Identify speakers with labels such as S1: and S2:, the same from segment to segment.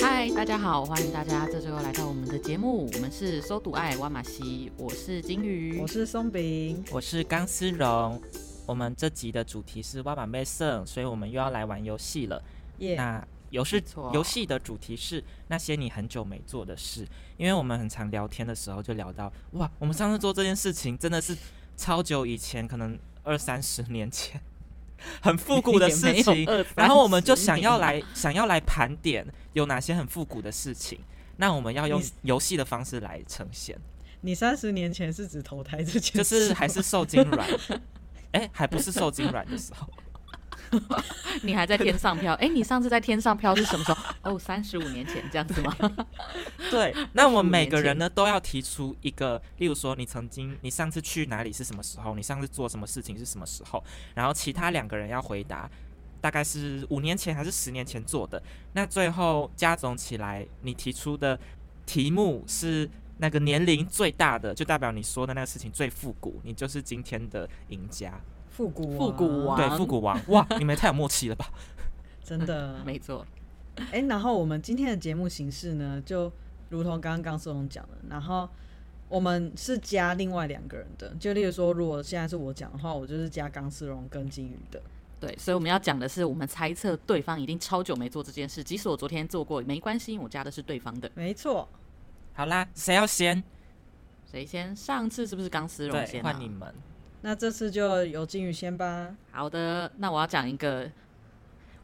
S1: 嗨，大家好，欢迎大家这周又来到我们的节目，我们是搜读爱挖马西，我是金鱼
S2: 我，是松饼，
S3: 我是钢丝绒。我们这集的主题是挖板被胜，所以我们又要来玩游戏了。
S2: 耶、
S3: 那游戏
S1: 没错
S3: 游戏的主题是那些你很久没做的事，因为我们很常聊天的时候就聊到，哇，我们上次做这件事情真的是超久以前，可能二三十年前， 很复古 的
S1: 也没
S3: 事
S1: 有
S3: 情。
S1: 二三
S3: 然后我们就
S1: 十
S3: 想要
S1: 年
S3: 来想要来盘点有哪些很复古的事情，那我们要用
S1: 嗯
S2: 你
S3: 游戏的方式来呈现。
S2: 你三十年前是指投胎这件
S3: 就
S2: 事吗，
S3: 是还是受精卵， 哎、还不是受精卵的时候，
S1: 你还在天上飘？哎，你上次在天上飘是什么时候？ 哦，三十五年前这样子吗？
S3: 对。那我
S1: 25
S3: 们每
S1: 年
S3: 个人
S1: 前
S3: 呢都要提出一个，例如说你曾经你上次去哪里是什么时候，你上次做什么事情是什么时候，然后其他两个人要回答，大概是五年前还是十年前做的。那最后加总起来，你提出的题目是。那个年龄最大的，就代表你说的那个事情最复古，你就是今天的赢家，
S2: 复古
S1: 复古
S2: 啊，
S1: 王
S3: 对，复古王，哇，你们也太有默契了吧？
S2: 真 的。
S1: 没错，
S2: 哎、然后我们今天的节目形式呢，就如同刚刚刚苏荣讲的，然后我们是加另外两个人的，就例如说，如果现在是我讲的话，我就是加钢丝绒跟金鱼的。
S1: 对，所以我们要讲的是，我们猜测对方一定超久没做这件事，即使我昨天做过，没关系，因为我加的是对方的。
S2: 没错，
S3: 好啦，谁要先？
S1: 谁先？上次是不是钢丝绒
S3: 对，
S1: 先、
S3: 换
S1: 啊？
S3: 你们。
S2: 那这次就由金鱼先吧。
S1: 好的，那我要讲一个，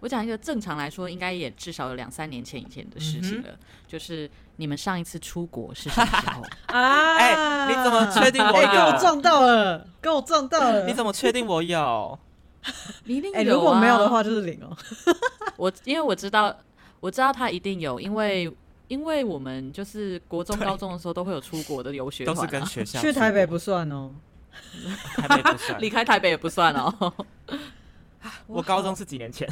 S1: 我讲一个正常来说应该也至少有两三年前以前的事情
S3: 嗯哼
S1: 了，就是你们上一次出国是什么 时候？
S2: 啊！
S3: 哎、你怎么确定我
S2: 哎、给我
S3: 有？
S2: 撞到了，给我撞到了！
S3: 你怎么确定 我有？
S1: 你一定有、
S2: 哎、
S1: 啊
S2: 如果没有的，话就是零哦。
S1: 我因为我知道，我知道他一定有，因为因为我们就是国中、
S3: 对
S1: 高中的时候都会有出国的游学
S3: 都
S1: 团、啊，
S3: 是跟学校
S2: 去台北
S3: 出
S2: 不算哦。
S3: 国 台北 不算
S1: 离。开台北也不算哦。
S3: 我高中是几年前？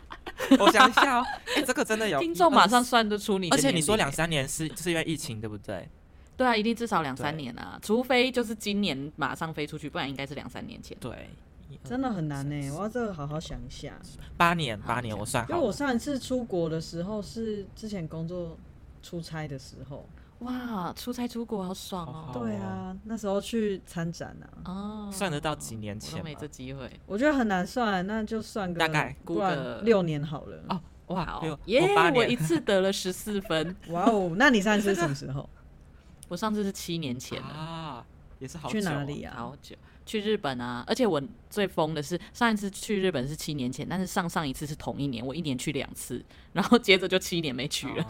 S3: 我想一下哦，哎、这个真的有
S1: 听众马上
S3: 20
S1: 算得出你的
S3: 而
S1: 年龄，
S3: 且你说两三年是是因为疫情对不对？
S1: 对啊，一定至少两三
S3: 对
S1: 年啊，除非就是今年马上飞出去，不然应该是两三年前。
S3: 对，一
S2: 真的很难呢、
S3: 二三
S2: 我要这个好好想一下。
S3: 四八年，
S1: 好
S3: 八
S1: 你
S3: 年
S1: 讲
S3: 我算
S2: 因
S3: 好
S2: 为我
S3: 了。
S2: 上一次出国的时候是之前工作出差的时候，
S1: 哇，出差出国好爽哦！
S3: 好好
S2: 对啊，那时候去参展啊，
S1: 哦，
S3: 算得到几年前
S1: 我都没
S3: 吗
S1: 这机会。
S2: 我觉得很难算，那就算个
S3: 大概
S1: 估
S2: 不
S1: 个
S2: 然六年好了。
S3: 哦，哇
S1: 好，
S3: 六
S1: 耶、
S3: 我八
S1: 我一
S3: 年，
S1: 次得了十四分，
S2: 哇哦，那你上一次是什么时候？
S1: 我上次是七年前了。
S3: 啊，也是好
S2: 去
S3: 久
S2: 哪
S3: 哦
S2: 里啊？
S1: 好久去日本啊，而且我最疯的是上一次去日本是七年前，但是上上一次是同一年，我一年去两次，然后接着就七年没去了。
S3: 哦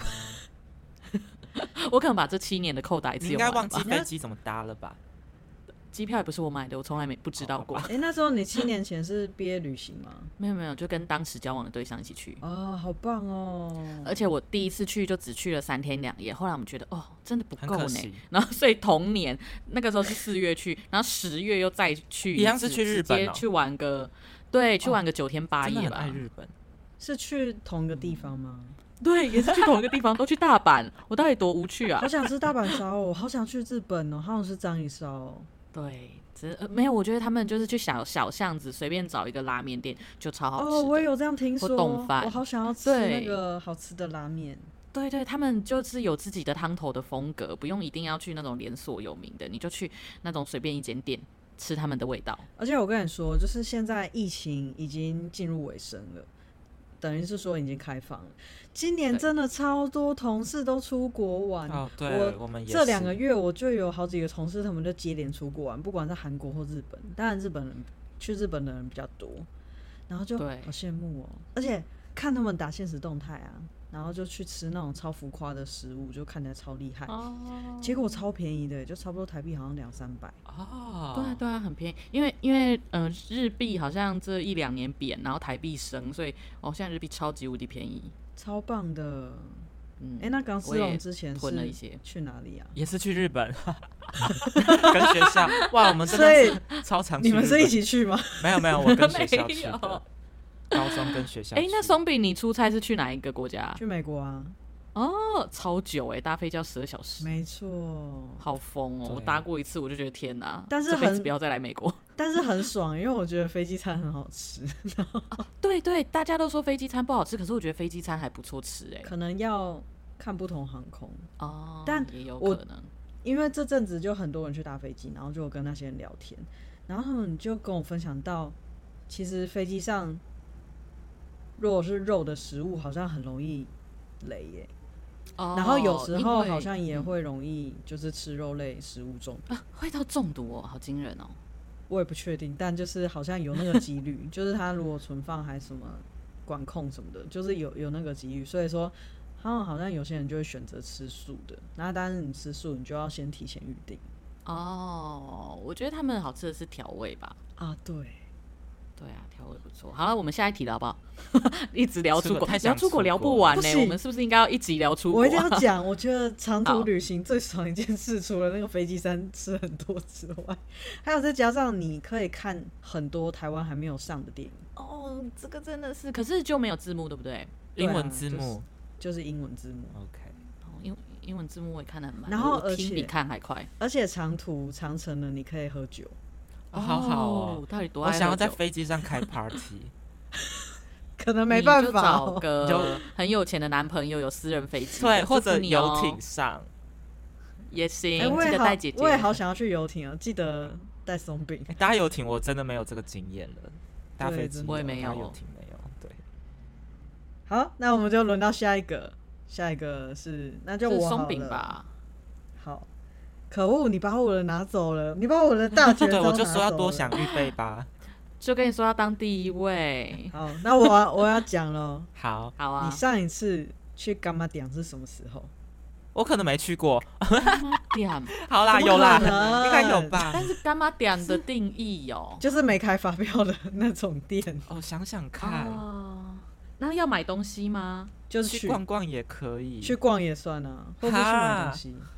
S1: 我可能把这七年的扣打一次
S3: 你应
S1: 用
S3: 该
S1: 完了
S3: 忘记
S1: 吧。
S3: 飞机怎么搭了吧？
S1: 机票也不是我买的，我从来没
S3: 哦
S1: 不知道过。
S2: 哎、那时候你七年前是毕业旅行吗？
S1: 没有没有，就跟当时交往的对象一起去。
S2: 哦，好棒哦！
S1: 嗯而且我第一次去就只去了三天两夜，后来我们觉得哦，真的不
S3: 很
S1: 够
S3: 可
S1: 呢
S3: 惜。
S1: 然后所以同年那个时候是四月去，然后十月又再去
S3: 一样
S1: 次
S3: 是去日本
S1: 直
S3: 哦
S1: 接去玩个，对，去玩个九天八
S3: 真的
S1: 夜
S3: 很
S1: 吧。
S3: 爱日本。
S1: 啊
S2: 是去同一个地方吗？
S1: 对，也是去同一个地方，都去大阪，我到底多无趣 啊
S2: 好！想吃大阪烧哦，我好想去日本哦，好想吃章鱼烧哦。
S1: 对，只、呃、没有，我觉得他们就是去小小巷子随便找一个拉面店就超好吃的。
S2: 哦，我也有这样听
S1: 或
S2: 说，
S1: 冻饭
S2: 我好想要吃
S1: 对
S2: 那个好吃的拉面。
S1: 对对，他们就是有自己的汤头的风格，不用一定要去那种连锁有名的，你就去那种随便一间店吃他们的味道。
S2: 而且我跟你说，就是现在疫情已经进入尾声了，等于是说已经开放了。今年
S1: 对
S2: 真的超多同事都出国玩，
S3: 哦，对，
S2: 我
S3: 我们也
S2: 这
S3: 是
S2: 两个月我就有好几个同事，他们就接连出国玩，不管是韩国或日本，当然日本人去日本的人比较多，然后就
S1: 对
S2: 好羡慕哦。而且看他们打现实动态啊，然后就去吃那种超浮夸的食物，就看起来超厉害，
S1: 哦，
S2: 结果超便宜的，欸就差不多台币好像两三百。
S3: 哦，
S1: 对啊，对啊，很便宜，因为因为嗯、呃日币好像这一两年贬，然后台币升，所以哦，现在日币超级无敌便宜。
S2: 超棒的！
S1: 嗯
S2: 哎、，那港
S1: 我
S2: 丝
S1: 也
S2: 绒之前
S1: 囤了一
S2: 是
S1: 些
S2: 去哪里啊？
S3: 也是去 日本，跟学校哇，我们真
S2: 所
S3: 的
S2: 以
S3: 是超常去
S2: 你
S3: 日本。
S2: 们是一起去吗？
S3: 没有没有，我跟学校去
S1: 没有
S3: 的，高中跟学校去。
S1: 哎、那松饼你出差是去哪一个国家？
S2: 去美国啊，
S1: 哦，超久哎、搭飞机要十二小时，
S2: 没错，
S1: 好疯哦！
S3: 对
S1: 我搭过一次，我就觉得天哪，
S2: 但是
S1: 这辈子
S2: 很
S1: 不要再来美 国。
S2: 但是很爽，因为我觉得飞机餐很好吃，
S1: 对对，大家都说飞机餐不好吃，可是我觉得飞机餐还不错吃哎、
S2: 可能要看不同航空，
S1: 哦，
S2: 但
S1: 也有
S2: 我
S1: 可能。
S2: 因为这阵子就很多人去搭飞机，然后就有跟那些人聊天，然后他们就跟我分享到，其实飞机上如果是肉的食物，好像很容易雷耶、
S1: 哦，
S2: 然后有时
S1: 因
S2: 候
S1: 为嗯
S2: 好像也会容易就是吃肉类食物中毒。
S1: 啊，会到中毒哦，好惊人哦。
S2: 我也不确定，但就是好像有那个几率，就是它如果存放还什么管控什么的，就是有有那个几率。所以说，他们好像有些人就会选择吃素的。那但是你吃素，你就要先提前预定
S1: 哦，我觉得他们好吃的是调味吧。
S2: 啊。对，
S1: 对啊，调味不错。好了，我们下一题了，好不好？ 一直聊出
S3: 出国
S1: 国，
S3: 太
S1: 聊
S3: 想
S1: 出
S3: 出
S1: 国聊
S3: 国
S1: 不
S3: 了
S1: 完
S2: 不
S1: 呢、
S2: 行
S1: 我们是不是应该要一集聊出国、
S2: 我一定要
S1: 啊？
S2: 讲，我觉得长
S1: 好
S2: 途旅行最爽一件事，除了那个飞机餐吃很多之外，还有再加上你可以看很多台湾还没有上的电影，
S1: 哦，这个真的是，可是就没有字幕，对不对？
S3: 英
S2: 对
S3: 文
S2: 啊
S3: 字
S2: 就是
S3: 幕
S2: 就是英文字幕。
S3: ，OK，
S1: 哦英英文字幕我也看得很慢，
S2: 然后
S1: 我
S2: 而
S1: 听
S2: 且
S1: 比看还快。
S2: 而且长途长城呢，你可以喝酒。
S3: 哦好好哦，
S1: 到底多
S3: 我
S1: 爱
S3: 想要
S1: 喝
S3: 在
S1: 酒
S3: 飞机上开 party，
S2: 可能没
S1: 你
S2: 办
S1: 就
S2: 法
S1: 找
S2: 哦、
S1: 个
S3: 有
S1: 很有钱的男朋友，有私人飞机的，
S3: 对，
S1: 祝
S3: 或者
S1: 福你哦
S3: 游艇上，
S1: 也行，
S2: 哎，我
S1: 记
S2: 也
S1: 得
S2: 好，
S1: 带姐姐。
S2: 我也好想要去游艇啊，记得带松饼。
S3: 诶搭哎游艇我真的没有这个经验了，搭
S2: 对
S3: 飞
S2: 真
S3: 机
S2: 的
S1: 我也没
S3: 搭
S1: 有
S3: 游艇没有，对，
S2: 好，那我们就轮到下一个，下一个是那就
S1: 就是
S2: 我好
S1: 松
S2: 了
S1: 饼。吧。
S2: 好，可恶，你把我的拿走了，你把我的大绝
S3: 对
S2: 招
S3: 我就
S2: 拿
S3: 说要
S2: 走
S3: 多
S2: 了
S3: 想预备吧。
S1: 就跟你说要当第一位，
S2: 好，那我要我要讲 喽。
S3: 好，
S1: 好
S2: 你
S1: 啊。
S2: 上一次去干嘛点是什么时候？
S3: 我可能没去过，
S1: 干妈点，
S3: 好啦，
S2: 怎么
S3: 有啦，
S2: 可能
S3: 应该有吧。
S1: 但是干妈点的定义哦，
S2: 就是没开发票的 那种店，
S3: 哦，想想看，
S1: 哦，那要买东西吗？
S2: 就是
S3: 去
S2: 去
S3: 逛逛也可以。
S2: 去逛也算啊，或者去买东西。
S1: 啊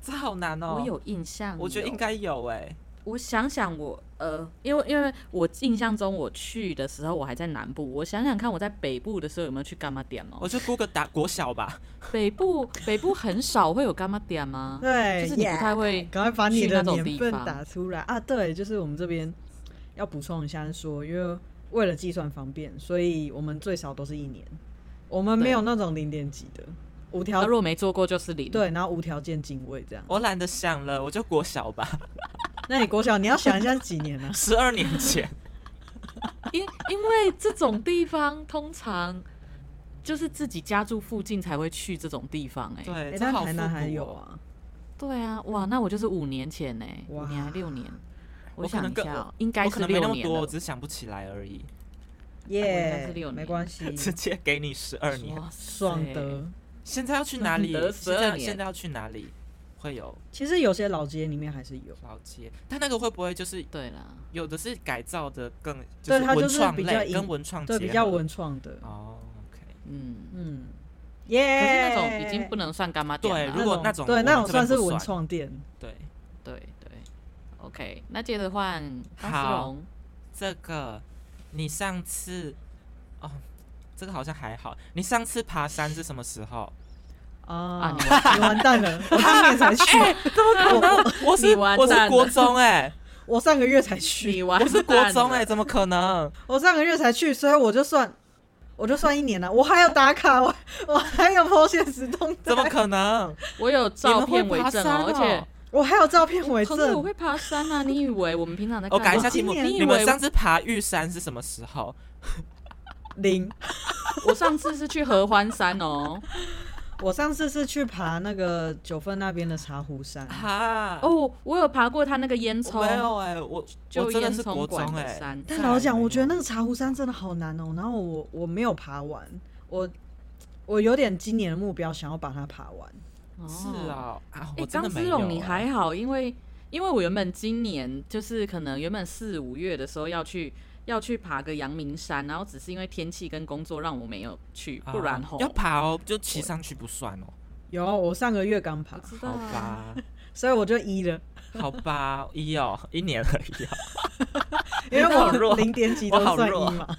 S3: 这好难哦。
S1: 我，有印象，
S3: 我觉得应。该有哎、
S1: 我想想我，呃，因为因为我印象中我去的时候我还在南部，我想想看我在北部的时候有没有去干妈点
S3: 我
S1: 哦。
S3: 就 Google 打国小吧。
S1: 北部北部很少会有干妈点吗？
S2: 对，
S1: 就是你不太会
S2: 赶快把你的
S1: 去那种
S2: 年
S1: 地
S2: 份
S1: 方
S2: 打出来啊！对，就是我们这边要补充一下说，因为为了计算方便，所以我们最少都是一年，我们没有那种零点几的无
S1: 啊，
S2: 条
S1: 如果没做过就是零。，
S2: 对，然后无条件进位这样。
S3: 我懒得想了，我就国小吧，、
S2: 那你国小你要想一下是几年 啊呢
S3: 十二年 前。
S1: 因因为这种地方通常就是自己家住附近才会去这种地方、哎，
S2: 哎、
S3: 对，这
S2: 但
S3: 好
S2: 台
S3: 复古、
S2: 南还有
S3: 哦。
S2: 啊，
S1: 对啊，哇，那我就是五年前呢、五
S2: 哇
S1: 年还六年，
S3: 我可
S1: 想
S3: 能
S1: 一
S3: 更
S1: 下、哦
S3: 我，
S1: 应该
S3: 我可
S1: 是
S3: 能没那
S1: 六
S3: 么
S1: 年
S3: 多，我
S1: 了。
S3: 只是想不起来而已。
S1: 我应该
S2: 耶
S1: 是六、年
S2: 没关系，
S3: 直接给你十二年。
S1: 哇塞
S2: 爽的。
S3: 现在要去哪里
S1: 难得？
S3: 现
S1: 12
S3: 在
S1: 年
S3: 现在要去哪里？会有
S2: 其实有些老街里面还是有，
S3: 老街，但那个会不会就是
S1: 对啦，
S3: 有的是改造的更，
S2: 对它
S3: 文
S2: 就是
S3: 创
S2: 比较
S3: 类
S2: 引
S3: 跟文创
S2: 对，
S3: 结
S2: 比较
S3: 合
S2: 文创的，
S3: 哦，OK。
S1: 嗯。
S2: 嗯，
S1: 可
S2: 耶、
S1: 是那种已经不能算干妈店
S3: 哎对
S1: 了。
S3: 如果那种我
S2: 对
S3: 们
S2: 那种
S3: 这边
S2: 算是
S3: 不
S2: 文
S3: 算
S2: 创店，
S3: 对，
S1: 对对，OK，那接着换高思
S3: 好
S1: 荣。
S3: 这个你上次哦，这个好像还好。你上次爬山是什么时 候？
S2: 啊
S1: 你
S2: 你完蛋了！我今年才去，
S3: 我我
S1: 你
S3: 是
S1: 完
S3: 我
S1: 蛋
S3: 是
S1: 了
S3: 国中哎、
S2: 我上个月才去，
S1: 你 完
S3: 我是国
S1: 蛋
S3: 中哎、
S1: 了
S3: 怎么可能？
S2: 我上个月才去，所以我就算我就算一年了，我还有打卡，我我还有剖现实动态，
S3: 怎么可能？
S1: 我有照片为证
S3: 你们会爬山哦
S1: 而且
S2: 我还有照片为
S1: 可是我
S2: 证
S1: 会爬山啊！你以为我们平常在
S3: 我
S1: 干嘛？
S3: 改一下题目，
S2: 今年
S3: 你
S1: 你以为
S3: 们上次爬玉山是什么时候？
S2: 零？
S1: 我上次是去合欢山哦，
S2: 我上次是去爬那个九份那边的茶壶山，
S3: 啊哈，
S1: 哦，我有爬过它那个烟
S3: 我
S1: 囱，哦
S3: 没有哎、我
S1: 就
S3: 我真的
S1: 烟
S3: 是国
S1: 囱
S3: 中
S1: 馆
S3: 哎、
S1: 的山。
S2: 但老实讲，我觉得那个茶壶山真的好难哦、然后我我没有爬完，我我有点今年的目标想要把它爬完。
S1: 哦
S3: 是啊啊，
S1: 哎，
S3: 我真
S1: 张
S3: 的没
S1: 之
S3: 有、
S1: 龙
S2: 欸
S1: 你还好，因为因为我原本今年就是可能原本四五月的时候要去要去爬个阳明山，然后只是因为天气跟工作让我没有去，
S3: 啊
S1: 不然吼、
S3: 要爬哦，就骑上去不算哦，
S2: 有，我上个月刚爬
S1: 我，知道
S3: 好
S1: 啊。
S3: 吧，
S2: 所以我就一了，
S3: 好吧，一哦，一年而已 哦。
S2: 因为
S3: 好弱
S2: 我零点几都
S3: 我 好
S2: 算
S3: 弱
S2: 一嘛。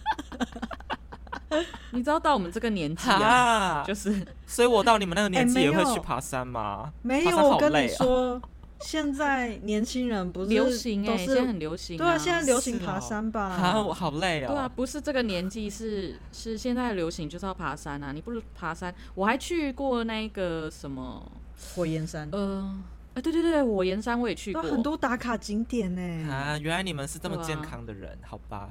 S1: 你知道到我们这个年纪啊，
S3: 哈，
S1: 就是
S3: 所以我到你们那个年纪
S2: 哎
S3: 也会
S2: 没有
S3: 去爬山吗？
S2: 没
S3: 爬
S2: 有，
S3: 山好
S2: 我跟你
S3: 累哦
S2: 说，现在年轻人不是
S1: 流行哎、
S2: 都
S1: 现在很
S2: 是
S1: 流行、
S2: 对啊，现在流行
S3: 是
S2: 爬
S3: 哦
S2: 山吧？
S3: 啊，我好累哦。
S1: 对啊，不是这个年纪，是是现在流行就是要爬山啊！你不爬山，我还去过那个什么，
S2: 火焰山，
S1: 呃，啊，对对对，火焰山我也去
S2: 对
S1: 过，
S2: 啊，很多打卡景点呢、
S3: 啊，原来你们是这么
S1: 对啊
S3: 健康的人，好吧？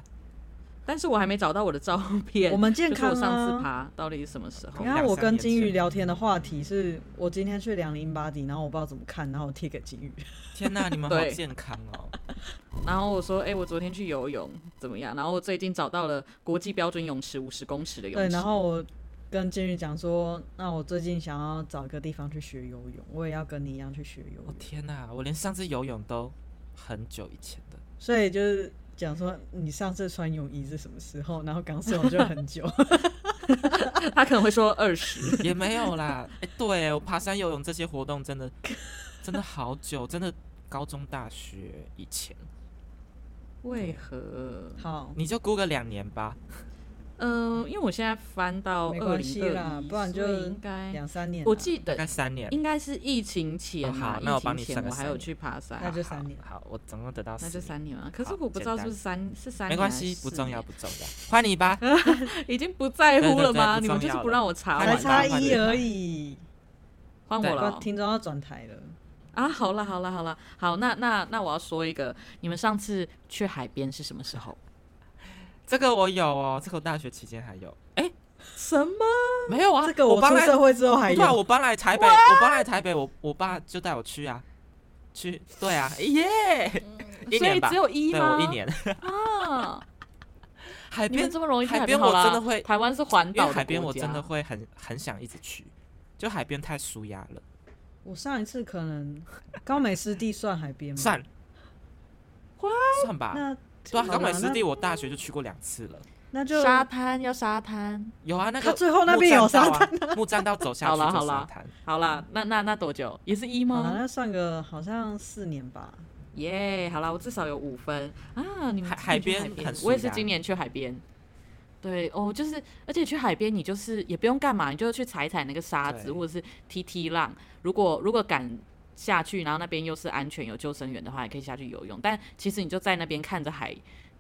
S1: 但是我还没找到我的照片。
S2: 我们健
S1: 就是
S2: 康
S1: 我上次
S2: 啊。
S1: 爬到底是什么时候
S2: 你
S3: 哦？
S2: 看
S3: 两
S2: 我
S3: 三
S2: 跟
S3: 年
S2: 金鱼
S3: 前嗯
S2: 聊天的话题是，我今天去两零八底，然后我不知道怎么看，然后我贴给金鱼。
S3: 天哪，你们好
S1: 对
S3: 健康哦！
S1: 然后我说，哎、我昨天去游泳怎么样？然后我最近找到了国际标准泳池五十公尺的泳
S2: 对
S1: 池，，
S2: 然后我跟金鱼讲说，那我最近想要找一个地方去学游泳，我也要跟你一样去学游
S3: 我、
S2: 泳，
S3: 天哪，我连上次游泳都很久以前的。
S2: 所以就是讲说你上次穿泳衣是什么时候，然后刚说我就很 久，
S1: 他可能会说二十。
S3: 也没有啦。哎、对我爬山、游泳这些活动真的真的好久，真的高中、大学以前，
S1: 为何？
S2: 好，
S3: 你就 Google 两年吧。
S1: 嗯、因为我现在翻到
S2: 没
S1: 二
S2: 关系
S1: 零
S2: 啦
S1: 二一，
S2: 不然就
S1: 应
S3: 哎
S1: 该，
S2: 两三年啊，
S1: 我记
S3: 大
S1: 得
S3: 概三年，
S1: 应该是疫情前
S3: 哦
S1: 嘛，
S3: 好那我
S1: 疫
S3: 帮
S1: 情
S3: 你
S1: 前
S3: 算个
S1: 我还
S3: 三
S1: 有
S3: 年
S1: 去爬山，
S2: 那就
S3: 好
S2: 三年
S3: 好，我总共得到
S1: 那
S3: 四
S1: 就
S3: 年，
S1: 三年啊。可是
S3: 好
S1: 我不知道是
S3: 简单
S1: 不是三是三年还是四年，
S3: 没关系，不重要，不重要，换你吧。
S1: 已经不在乎了吗？
S3: 对对对不
S1: 你们就
S3: 重
S1: 是
S3: 要
S1: 不
S3: 了
S1: 让我查
S3: 好
S2: 才
S3: 玩
S1: 完，
S2: 差
S3: 好玩
S2: 一而已，
S1: 换我
S3: 对
S1: 了哦
S2: 观。听众要转台了。
S1: 啊，好了好了好了，好，那那那我要说一个，你们上次去海边是什么时候？
S3: 这个我有哦，这个我大学期间还有。哎、
S1: 什么？
S3: 没有啊，
S2: 这个我
S3: 帮
S2: 出
S3: 来，
S2: 社会之后还
S3: 对啊，
S2: 有，
S3: 我搬来台北，我搬来台北，我我爸就带我去啊，去，对啊，耶、一
S1: 嗯所以
S3: 年吧
S1: 只，有一
S3: 对
S1: 吗？
S3: 我一年。
S1: 啊！
S3: 海
S1: 你
S3: 边
S1: 们这么容易去
S3: 海边
S1: 好
S3: 我
S1: 啦
S3: 真的会
S1: 台湾是环
S3: 因
S1: 岛
S3: 为
S1: 的
S3: 海边
S1: 国
S3: 我真
S1: 家
S3: 的会很很想一直去，就海边太舒压了。
S2: 我上一次可能高美湿地算海边吗？
S3: 算，
S1: 哇
S3: 算吧。
S2: 嗯那
S3: 对啊，
S2: 好
S3: 高
S2: 啦
S3: 美湿地我大学就去过两次了。
S2: 那那就
S1: 沙滩要沙滩。
S3: 有啊，那个
S2: 他最后那边有
S3: 啊
S2: 沙滩。啊
S3: 滩，木栈道走下
S1: 好
S3: 去
S1: 啦好
S3: 就沙
S1: 啦
S3: 滩。
S1: 好啦，那那那多久？也是一
S3: 嗯
S2: 好了，
S3: 啊
S1: 吗？
S2: 那算个好像四年吧。
S1: 耶好啦，我至少有五分啊！你们
S3: 海
S1: 今年去海
S3: 海边很
S1: 边，
S3: 舒
S1: 我也是
S3: 压
S1: 今年去海边。对哦，就是，而且去海边你就是也不用干嘛，你就是去踩踩那个沙子，
S3: 对
S1: 或者是踢踢浪。如果如果敢下去，然后那边又是安全有救生员的话，也可以下去游泳。但其实你就在那边看着海，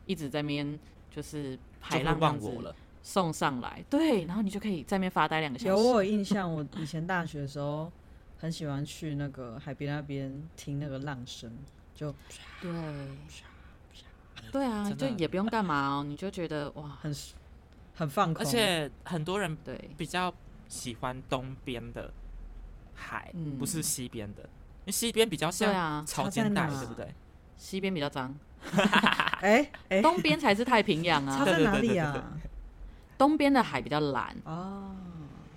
S1: 一直在那边就是海
S3: 就会
S1: 浪这样
S3: 忘
S1: 子
S3: 我了，
S1: 送上来，对，然后你就可以在那边发呆两个小
S2: 有
S1: 时。
S2: 我有印象，我以前大学的时候很喜欢去那个海边那边听那个浪声，就
S1: 对，对啊，
S3: 真
S1: 就
S3: 的
S1: 也不用干嘛哦，你就觉得哇，
S2: 很很放空。
S3: 而且很多人
S1: 对。
S3: 比较喜欢东边的海，
S1: 嗯
S3: 不是西边的，因为西边比较
S1: 对
S3: 像
S1: 啊，
S3: 潮间带
S2: 差在，哪
S3: 对不对？
S1: 西边比较脏，
S2: 哎哎，
S1: 东边才是太平洋
S2: 差
S1: 啊。
S2: 在哪里
S3: 对
S2: 啊？
S1: 东边的海比较蓝，
S2: 哦，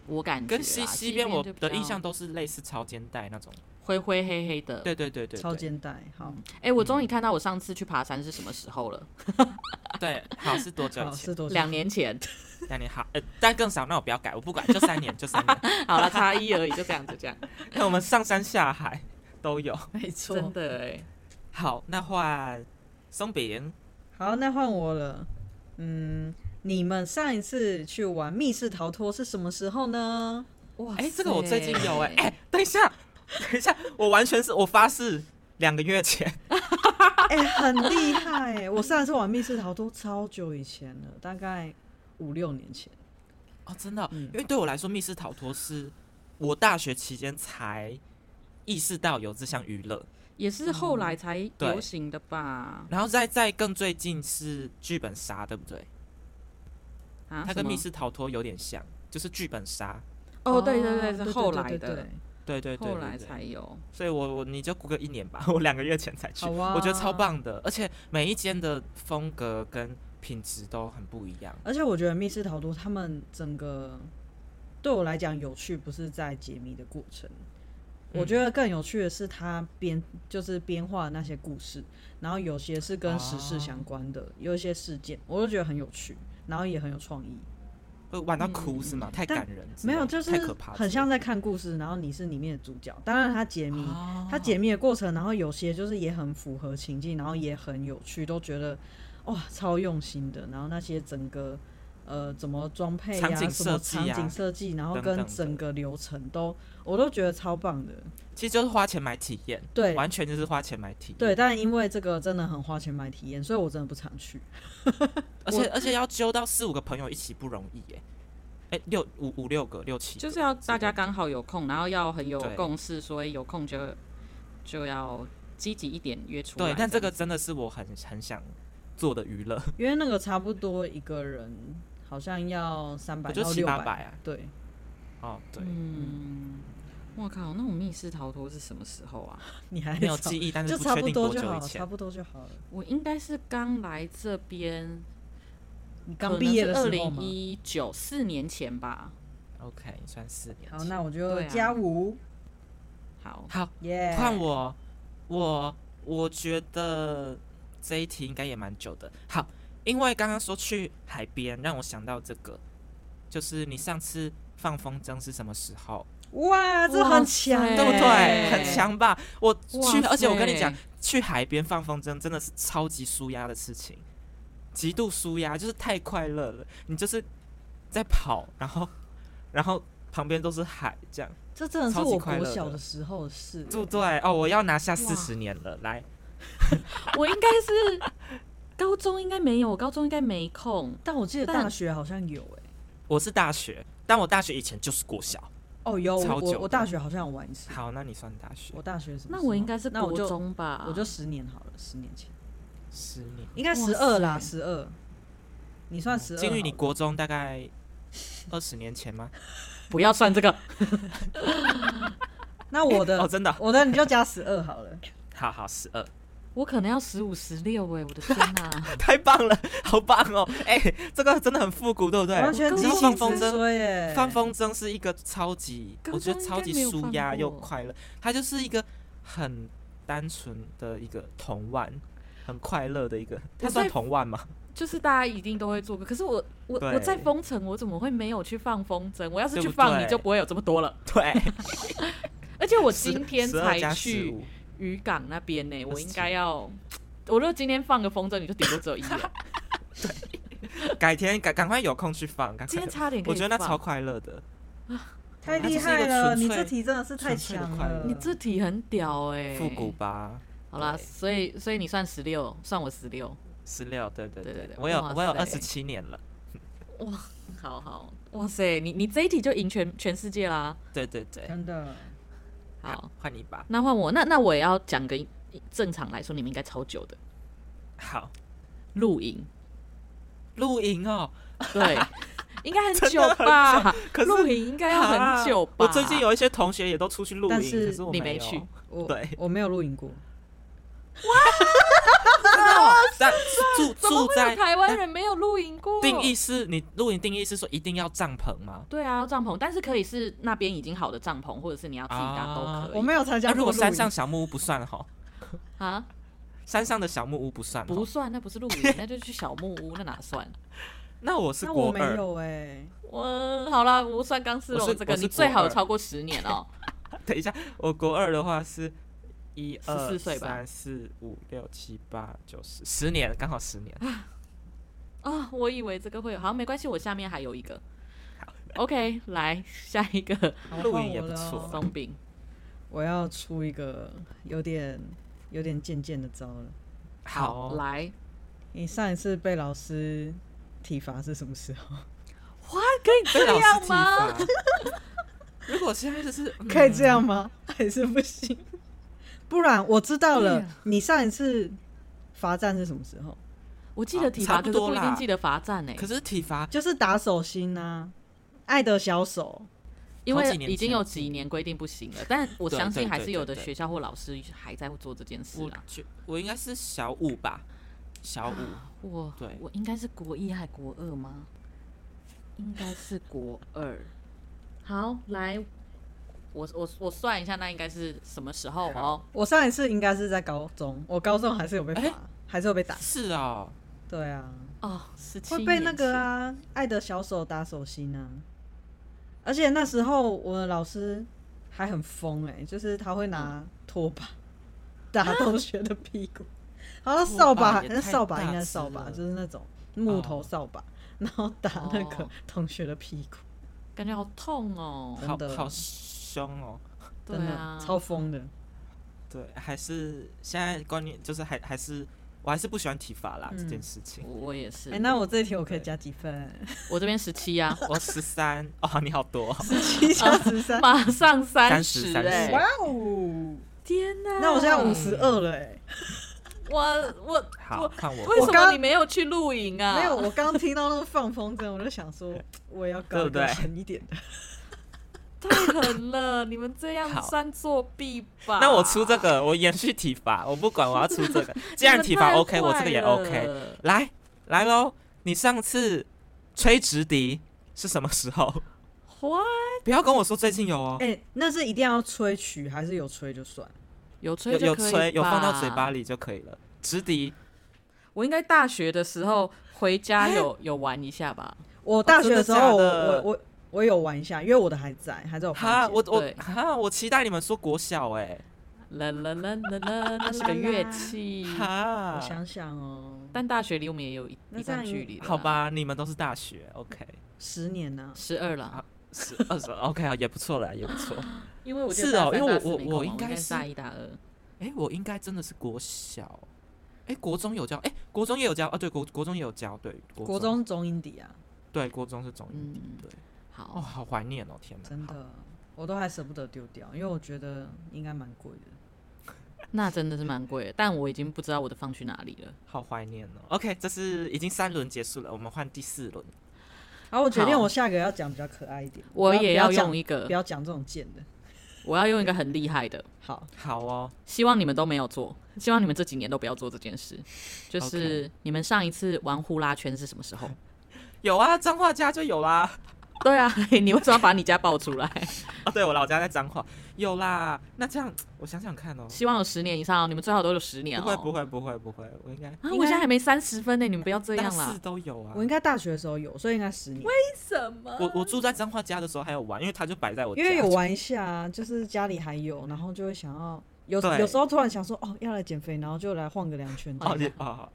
S1: 我感觉啊
S3: 跟西
S1: 西
S3: 西边我
S1: 就比
S3: 的
S1: 较
S3: 印象都是类似潮间带那种。
S1: 灰灰黑黑的。
S3: 对对对对，
S2: 超
S3: 对
S2: 肩带，好，
S1: 哎、我终于看到我上次去爬山是什么时候了，
S3: 对，好是多 久
S2: 好
S3: 以前
S2: 是？多久
S1: 两年前。
S3: 两年好，呃，但更少，那我不要改，我不管，就三年，就三年。
S1: 好了，差一而已，就这样子这 样。
S3: 那我们上山下海都有。
S2: 没错。
S1: 真的哎、
S3: 好，那换松饼，
S2: 好，那换我了。嗯，你们上一次去玩密室逃脱是什么时候呢？
S1: 哇
S3: 哎、这个我最近
S1: 塞
S3: 有哎、哎、等一下，等一下，我完全是我发誓，两个月前，
S2: 哎、很厉害、欸！我上一次玩密室逃脱超久以前了，大概五六年前。
S3: 哦，真的哦、
S2: 嗯
S3: 因为对我来说，密室逃脱是我大学期间才意识到有这项娱乐，
S1: 也是后来才
S3: 对
S1: 流行的吧？
S3: 然后再再更最近是剧本杀，对不对？
S1: 啊，
S3: 它跟
S1: 什么
S3: 密室逃脱有点像，就是剧本杀，
S1: 哦，对对对，
S2: 对
S1: 是后来
S2: 对对
S1: 的，
S2: 对
S3: 对对对
S1: 后
S3: 对
S1: 来
S3: 对
S1: 才有。
S3: 所以我我你就估个一年吧，我两个月前才去，
S2: 好啊
S3: 我觉得超棒的，而且每一间的风格跟品质都很不一样。
S2: 而且我觉得密室逃脱他们整个对我来讲有趣，不是在解谜的过程。我
S3: 嗯
S2: 觉得更有趣的是他编就是编画的那些故事，然后有些是跟时事
S3: 哦
S2: 相关的，有一些事件，我就觉得很有趣，然后也很有创意。
S3: 会玩到哭是吗？太
S2: 嗯但
S3: 感人之
S2: 没
S3: 类的，
S2: 有，就是
S3: 太可怕之类的，
S2: 很像在看故事，然后你是里面的主角。当然，他解谜，
S3: 哦
S2: 他解密的过程，然后有些就是也很符合情境，然后也很有趣，都觉得哇超用心的。然后那些整个呃怎么装配呀、
S3: 场景
S2: 什么
S3: 设计啊
S2: 场景设计，然后
S3: 等等
S2: 跟
S3: 的
S2: 整个流程都，我都觉得超棒的。
S3: 其实就是花钱买体验，
S2: 对
S3: 完全就是花钱买体验。
S2: 对，，但因为这个真的很花钱买体验，所以我真的不常去。
S3: 而且而且要揪到四五个朋友一起不容易耶，哎，六五五六个六七个，
S1: 就是要大家刚好有空，然后要很有
S3: 对
S1: 共识，所以有空就就要积极一点约出来。
S3: 对，但这个
S1: 样子
S3: 真的是我很很想做的娱乐，
S2: 因为那个差不多一个人好像要三百
S3: 我
S2: 到
S3: 就七
S2: 六
S3: 八百啊。
S2: 对，
S3: 哦，对，
S1: 嗯，我靠，那种密室逃脱是什么时候啊？
S2: 你还
S3: 没有
S2: 早
S3: 记忆，但是
S2: 就
S3: 不
S2: 差
S3: 确
S2: 不
S3: 定
S2: 多
S3: 多
S2: 就
S3: 久
S2: 好
S3: 以
S2: 了，差
S3: 前。
S2: 不多就好了。
S1: 我应该是刚来这边，
S2: 你刚毕业的时
S1: 二
S2: 候
S1: 零
S2: 吗？
S1: 一九四年前吧。
S3: OK，算四年前。
S2: 好，那我就
S1: 对啊
S2: 加五，
S1: 好，
S3: 好，
S2: 耶！
S3: 换我，我我觉得这一题应该也蛮久的。好，因为刚刚说去海边，让我想到这个，就是你上次放风筝是什么时候？
S2: 哇，这很强欸，
S1: 哇塞
S3: 对不对？很强吧？我去，
S1: 哇
S3: 而且我跟你讲
S1: 塞，
S3: 去海边放风筝真的是超级舒压的事情，极度舒压，就是太快乐了。你就是在跑，然后然后旁边都是海，这样
S2: 这真的是
S3: 超级
S2: 我
S3: 快乐
S2: 国
S3: 的
S2: 小的时候的事。
S3: 对不对？哦，我要拿下
S1: 哇
S3: 四十年了，来。
S1: 我应该是高中应该没有，我高中应该没空。
S2: 但我记得
S1: 但
S2: 大学好像有哎，
S3: 我是大学，但我大学以前就是国小。
S2: 哦有，我
S3: 超久
S2: 我
S3: 的
S2: 我大学好像有玩一次。
S3: 好，那你算大学
S2: 我大学什么时候？
S1: 那我应该是
S2: 那我
S1: 国
S2: 就
S1: 中吧，
S2: 我就十年好了，十年前
S3: 十年。哦
S2: 应该
S1: 哇
S2: 十二啦，
S1: 塞
S2: 十二。你算十二？
S3: 金玉，你国中大概二十年前吗？
S1: 不要算这个。
S2: 那我
S3: 哦，
S2: 的
S3: 真的，
S2: 我的你就加十二好了。
S3: 好好十 二，
S1: 我可能要十五十六哎，我的天哪、
S3: 太棒了，好棒哦！哎、这个真的很复古，对不对？
S2: 完全
S1: 我
S2: 激
S1: 刚
S2: 情
S3: 放风
S2: 之
S3: 筝
S2: 追耶！
S3: 放风筝是一个超级，
S1: 高
S3: 我觉得
S1: 中应
S3: 超
S1: 该
S3: 级
S1: 没有
S3: 舒
S1: 放
S3: 压又
S1: 过
S3: 快乐，它就是一个很单纯的一个童玩，很快乐的一个，它
S1: 我
S3: 算
S1: 在
S3: 童玩吗？
S1: 就是大家一定都会做过，可是我我
S3: 对
S1: 我在封城，我怎么会没有去放风筝？我要是
S3: 对
S1: 去
S3: 不
S1: 放，
S3: 对
S1: 你就不会有这么多了。
S3: 对，
S1: 而且我
S3: 十
S1: 今天
S3: 十二加
S1: 才去
S3: 15
S1: 渔港那边呢、我
S3: 27
S1: 应该要，我如果今天放个风筝，你就顶多 只有一了。
S3: 改天赶赶快有空去放，赶
S1: 今
S3: 快
S1: 天。差点可以
S3: 我觉得那
S1: 放啊
S3: 超快乐的，
S2: 太
S3: 它
S2: 厉
S3: 就是一
S2: 害
S3: 个
S2: 了！
S3: 纯
S2: 你
S3: 粹
S2: 这题真的是太
S3: 纯粹的
S2: 强
S3: 快乐
S2: 了。
S1: 你这题很屌哎、
S3: 复古吧。
S1: 好啦，
S3: 对
S1: 所以所以你算十六，算我十六。
S3: 十六，对对
S1: 对对对
S3: 我有
S1: 哇
S3: 我有
S1: 塞
S3: 二十七年了，
S1: 好好，哇塞，你你这一题就赢全全世界啦。
S3: 对对
S1: 嗯
S3: 对。
S2: 真的，
S1: 好，，
S3: 换你吧。
S1: 那换我，那那我也要讲个正常来说，你们应该超久的
S3: 好，
S1: 露 营。
S3: 露营哦，
S1: 对，应该很
S3: 真
S1: 久
S3: 的很
S1: 吧？
S3: 可是
S1: 露营应该要
S3: 啊
S1: 很久吧？
S3: 我最近有一些同学也都出去露营，
S2: 但
S3: 可
S2: 是
S3: 是我
S1: 你
S3: 没
S1: 没
S3: 有
S1: 去
S2: 我
S3: 对
S2: 我没有录影过。
S3: 但住
S1: 怎么
S3: 住
S1: 会
S3: 在
S1: 有台湾人没有露营过？
S3: 定义是你露营定义是说一定要帐篷吗？
S1: 对啊，帐篷，但是可以是那边已经好的帐篷，或者是你要自己搭都
S3: 啊
S1: 可以。
S2: 我没有参加
S3: 啊、
S2: 过
S3: 如
S2: 露
S3: 果
S2: 营。
S3: 山上小木屋不算哈，
S1: 啊，
S3: 山上的小木屋不算
S1: 不
S3: 吼。
S1: 算，那不是露营，那就去小木屋，那哪算？
S3: 那我是
S2: 那我
S3: 国
S2: 没
S3: 二，
S2: 有哎。
S1: 我好啦，我算钢丝
S3: 我是
S1: 绒这个，
S3: 我是
S1: 你最好
S3: 国
S1: 有
S3: 二
S1: 超过十年哦。
S3: 等一下，我国二的话是一二
S1: 14岁吧
S3: 三四五六七八九十，十年刚好十年。
S1: 啊、我以为这个会有，好，没关系，我下面还有一个。OK，来下一个
S2: 好
S3: 露
S2: 换
S3: 营也
S2: 我
S3: 不
S2: 了
S3: 错
S2: 哦
S1: 松饼，
S2: 我要出一个有点有点贱贱的招了。
S3: 好哦，
S1: 来，
S2: 你上一次被老师体罚是什么时候？
S1: 哇，可以
S3: 被老
S1: 这
S3: 师
S1: 样
S3: 体
S1: 吗
S3: 罚？ 如果现在就是嗯
S2: 可以这样吗？ 还是不行？ 不然我知道
S1: 对
S2: 了
S1: 啊，
S2: 你上一次罚站是什么时候？
S1: 我记得体
S3: 差
S1: 罚，
S3: 不
S1: 可是
S3: 多
S1: 不一
S3: 啦
S1: 啊定记得罚站呢、欸
S3: 可是体罚
S2: 就是打手心啊，爱的小手。
S1: 因
S3: 好
S1: 为
S3: 几年
S1: 已经
S3: 前
S1: 有几年规定不行了，但我
S3: 对
S1: 相
S3: 对
S1: 信还
S3: 对
S1: 是有
S3: 对
S1: 的
S3: 对
S1: 学校或老师还在做这件事
S3: 我
S1: 啊。
S3: 觉我应该是小五吧，小五。
S1: 我
S3: 对
S1: 我应该是国一还国二吗？应该是国二。好，来，我我我算一下，那应该是什么时候哦？
S2: 我上一次应该是在高中，我高中还是有被罚，
S3: 哎
S2: 还是有被打。
S3: 是哦，
S2: 对啊，
S1: 哦，十七
S2: 会被那个啊，爱的小手打手心啊。而且那时候我的老师还很疯哎、就是他会
S3: 嗯
S2: 拿拖把 打同学的屁 股，好像扫把，
S3: 拖把也
S2: 那
S3: 太
S2: 扫把
S3: 大
S2: 应该
S3: 只
S2: 是扫把，
S3: 了
S2: 就是那种木头
S3: 哦
S2: 扫把，然后打那个
S1: 哦
S2: 同学的屁股，
S1: 感觉好痛哦。
S2: 真
S3: 好
S2: 的
S3: 好凶哦。
S1: 对
S2: 真的、
S1: 啊，
S2: 超疯的。
S3: 对，还是现在观念就是还还是我还是不喜欢体罚啦、这
S1: 嗯
S3: 件事情
S1: 我。我也是。
S2: 哎、那我这一题我可以
S3: 对
S2: 加几 分？
S1: 我这边十七啊呀，
S3: 我十三哦，你好多、
S2: 七小十 三，
S1: 马上三
S3: 30
S1: 哎
S3: 30！
S2: 哇哦！
S1: 天哪！
S2: 那我现在五十二了哎、
S1: 我我
S3: 好，
S1: 我，
S3: 看我
S1: 为什
S2: 我刚
S1: 么你没有去露营啊？
S2: 没有，我刚听到那个放风筝，我就想说，我也要搞
S3: 对
S2: 一
S3: 不
S2: 个
S3: 对
S2: 狠一点的。
S1: 太狠了！你们这样
S3: 好
S1: 算作弊吧？
S3: 那我出这个，我延续体罚，我不管，我要出这个。既然体罚 OK，我这个也 OK。来来喽，你上次吹直笛是什么时候？
S1: 哇，
S3: 不要跟我说最近有哦，
S2: 哎、那是一定要吹曲，还是有吹就算？
S1: 有吹
S3: 有
S1: 就
S3: 有
S1: 可以
S3: 吹，有放到嘴
S1: 吧
S3: 巴。里就可以了。直笛
S1: 我应该大学的时候回家 有有玩一下吧？
S2: 我大学时候，
S3: 真的假的
S2: 我我我我有玩一下，因为我的还在，还在我
S3: 哈，
S2: 房间。
S3: 我我
S1: 对
S3: 哈，我期待你们说国小哎、
S1: 啦啦啦啦啦，那是个乐 器。
S2: 我
S3: 哈，
S2: 想想哦，
S1: 但大学离我们也有一
S2: 那
S1: 一
S2: 这样
S1: 段距离，
S3: 好？吧，你们都是大学，OK，
S2: 十年啊呢、
S1: 十二了，
S3: 十二十 OK 啊，也不错了，也不错。
S1: 因为我
S3: 是哦因为我我
S1: 我
S3: 我应该
S1: 该
S3: 是
S1: 大一大二，
S3: 哎、我应该真的是国小，哎、国中有教，哎、国中也有教啊，对，国国中也有教，对，国
S2: 国中是中英底啊，
S3: 对，国中是中英底，
S1: 嗯
S3: 对，哦，
S1: 好，
S3: 好怀念哦，天哪，
S2: 真
S3: 好，
S2: 的，我都还舍不得丢掉，因为我觉得应该蛮贵的。
S1: 那真的是蛮贵的，但我已经不知道我的放去哪里了。
S3: 好怀念哦。OK，这是已经三轮结束了，我们换第四轮。
S2: 然后我决定
S1: 好
S2: 我下个要讲比较可爱一点，
S1: 我也
S2: 要
S1: 要用一
S2: 不
S1: 个，
S2: 要讲这种贱的。
S1: 我要用一个很厉害的，
S2: 好，
S3: 好哦，
S1: 希望你们都没有做，希望你们这几年都不要做这件事。就是你们上一次玩呼啦圈是什么时候？
S3: 有啊，彰化家就有啦。
S1: 对啊， 你为什么要把你家爆出来？
S3: 啊，对我老家在彰化，有啦。那这样我想想看哦，
S1: 希望有十年以上哦，你们最好都有十年
S3: 不
S1: 哦。
S3: 会不会不会不会，我应该
S1: 啊，
S2: 应该
S1: 我现在还没三十分呢，你们不要这
S3: 大
S1: 样
S3: 四
S1: 啦。
S3: 都有啊。
S2: 我应该大学的时候有，所以应该十年。
S1: 为什么
S3: 我我住在彰化家的时候还有玩，因为他就摆在我家，
S2: 因为有玩一下啊，就是家里还有，然后就会想要有
S3: 对
S2: 有时候突然想说哦要来减肥，然后就来晃个两 圈。
S3: 哦也哦。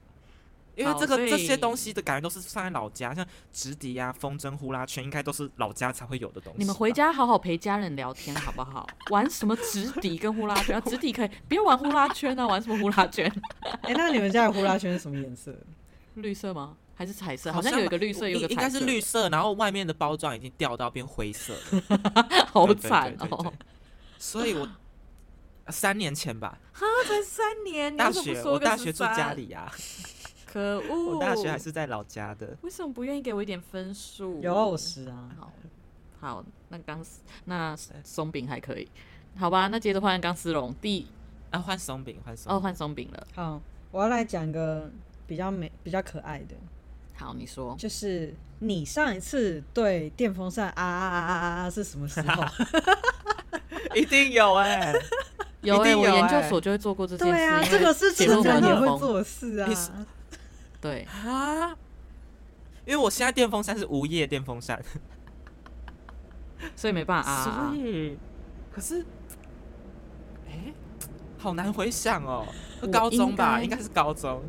S3: 因为这
S1: 好
S3: 个
S1: 所以
S3: 这些东西的感觉都是放在老家，像直笛啊、风筝、呼啦圈，应该都是老家才会有的东西吧。
S1: 你们回家好好陪家人聊天好不 好？玩什么直笛跟呼啦圈？啊直笛可以，不要玩呼啦圈啊！玩什么呼啦 圈？
S2: 哎、那你们家有呼啦圈是什么颜色？
S1: 绿色吗？还是彩色？好
S3: 好
S1: 像有一个绿色，有一个
S3: 应
S1: 彩色，
S3: 应该是绿，色，然后外面的包装已经掉到变灰色了，
S1: 好
S3: 对对对
S1: 惨
S3: 对对
S1: 哦！
S3: 所以我三年前吧，
S1: 哈，才三年，你
S3: 大
S1: 为什么不
S3: 学
S1: 说
S3: 我
S1: 个哦
S3: 大学住
S1: 13
S3: 家，里啊，
S1: 可恶！
S3: 我大学还是在老家的。
S1: 为什么不愿意给我一点分数？
S2: 有啊，我十啊。
S1: 好，好，那刚丝那松饼还可以，好吧，那接着换钢丝绒第
S3: 啊，换松饼，换松
S1: 哦，
S3: 饼。
S1: 换松饼了。
S2: 好，我要来讲一个比较美、比较可爱的，
S1: 好，你说
S2: 就是你上一次对电风扇啊啊啊啊啊啊是什么时候？
S3: 一定有 哎、
S1: 有
S3: 一
S1: 哎、
S3: 定
S1: 我
S3: 有
S1: 研究
S3: 欸
S1: 所就会做过这件事，
S2: 对啊，
S1: 因
S2: 这
S1: 为
S2: 个是
S1: 写
S2: 成
S1: 论
S2: 人
S1: 文
S2: 也
S1: 很
S2: 会
S1: 疯
S2: 做的事
S3: 你是
S2: 啊。
S1: 对，
S3: 啊，因为我现在电风扇是无叶电风扇，
S1: 所以没办法啊
S3: 所。以可是，哎、好难回想哦。
S1: 我
S3: 高中吧，
S1: 应
S3: 应
S1: 该
S3: 该是高中。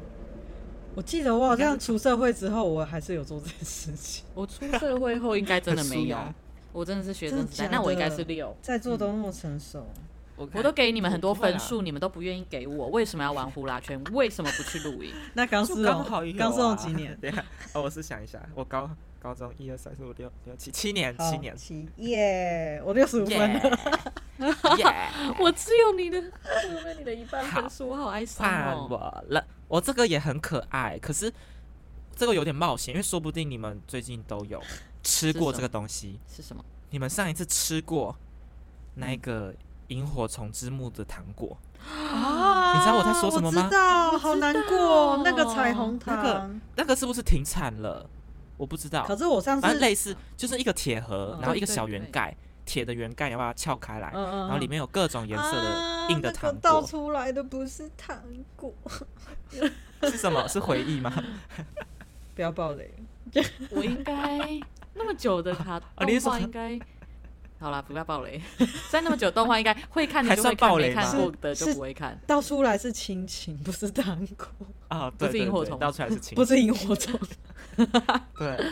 S2: 我记得我好像出社会之后，我还是有做这件事情。
S1: 我出社会后应该真的
S3: 很
S1: 没
S3: 舒
S1: 有
S3: 压，
S1: 我真的是学
S2: 真
S1: 生
S2: 的
S1: 时代，
S2: 假
S1: 那我应该
S2: 的
S1: 是六。
S2: 在座都那么成熟，
S3: 我
S1: 我
S3: 看
S1: 都给你们很多
S3: 不会
S1: 分
S3: 啦
S1: 数，你们都不愿意给我，为什么要玩呼啦圈？为什么不去露营？
S2: 那刚
S3: 就
S2: 丝
S3: 刚好
S2: 绒，
S3: 有
S2: 刚丝
S3: 啊
S2: 绒几 年？
S3: 等一下，哦，我是想一下，我高高中一二三四五六六七七年，
S2: 好
S3: 七年，
S2: 七耶我六十五分 了。
S3: 耶
S1: 我只有你的，我有你的一半分数，我好哀伤
S3: 换
S1: 哦。
S3: 我了。我这个也很可爱，可是这个有点冒险，因为说不定你们最近都有吃
S1: 吃
S3: 过
S1: 什
S3: 这个东西。
S1: 是什么？
S3: 你们上一次吃过那
S1: 嗯
S3: 个萤火虫之墓的糖果？
S2: 啊
S3: 你知道我在说什么吗
S2: 我知道，好难过
S1: 我，知道
S2: 那个彩虹糖。
S3: 那个那个是不是停产了？我不知道。
S2: 可是我上次
S3: 反正类似就是一个铁盒，
S1: 嗯
S3: 然后一个
S1: 对
S3: 小
S1: 对
S3: 圆
S1: 对
S3: 盖，铁的圆盖要把它撬开来，
S2: 嗯嗯
S3: 然后里面有各种颜色的硬的糖
S2: 啊那个倒
S3: 果，
S2: 出来的不是糖果，
S3: 是什么？是回忆吗？
S2: 不要暴雷。
S1: 我应该那么久的卡
S3: 哦你
S1: 动
S3: 是说
S1: 画应该。好啦，不要暴雷。 在那么久动画，应该会看的就
S3: 还
S1: 会
S3: 算暴
S1: 看，
S3: 雷
S1: 没看
S3: 吗
S1: 过的
S2: 是
S1: 就不会看。
S2: 倒出来是亲情，不是糖 果，
S3: 啊，
S1: 不
S3: 对
S1: 是
S3: 对
S1: 萤火
S3: 对
S1: 虫
S3: 倒出来是青
S2: 不是萤火虫。
S3: 对，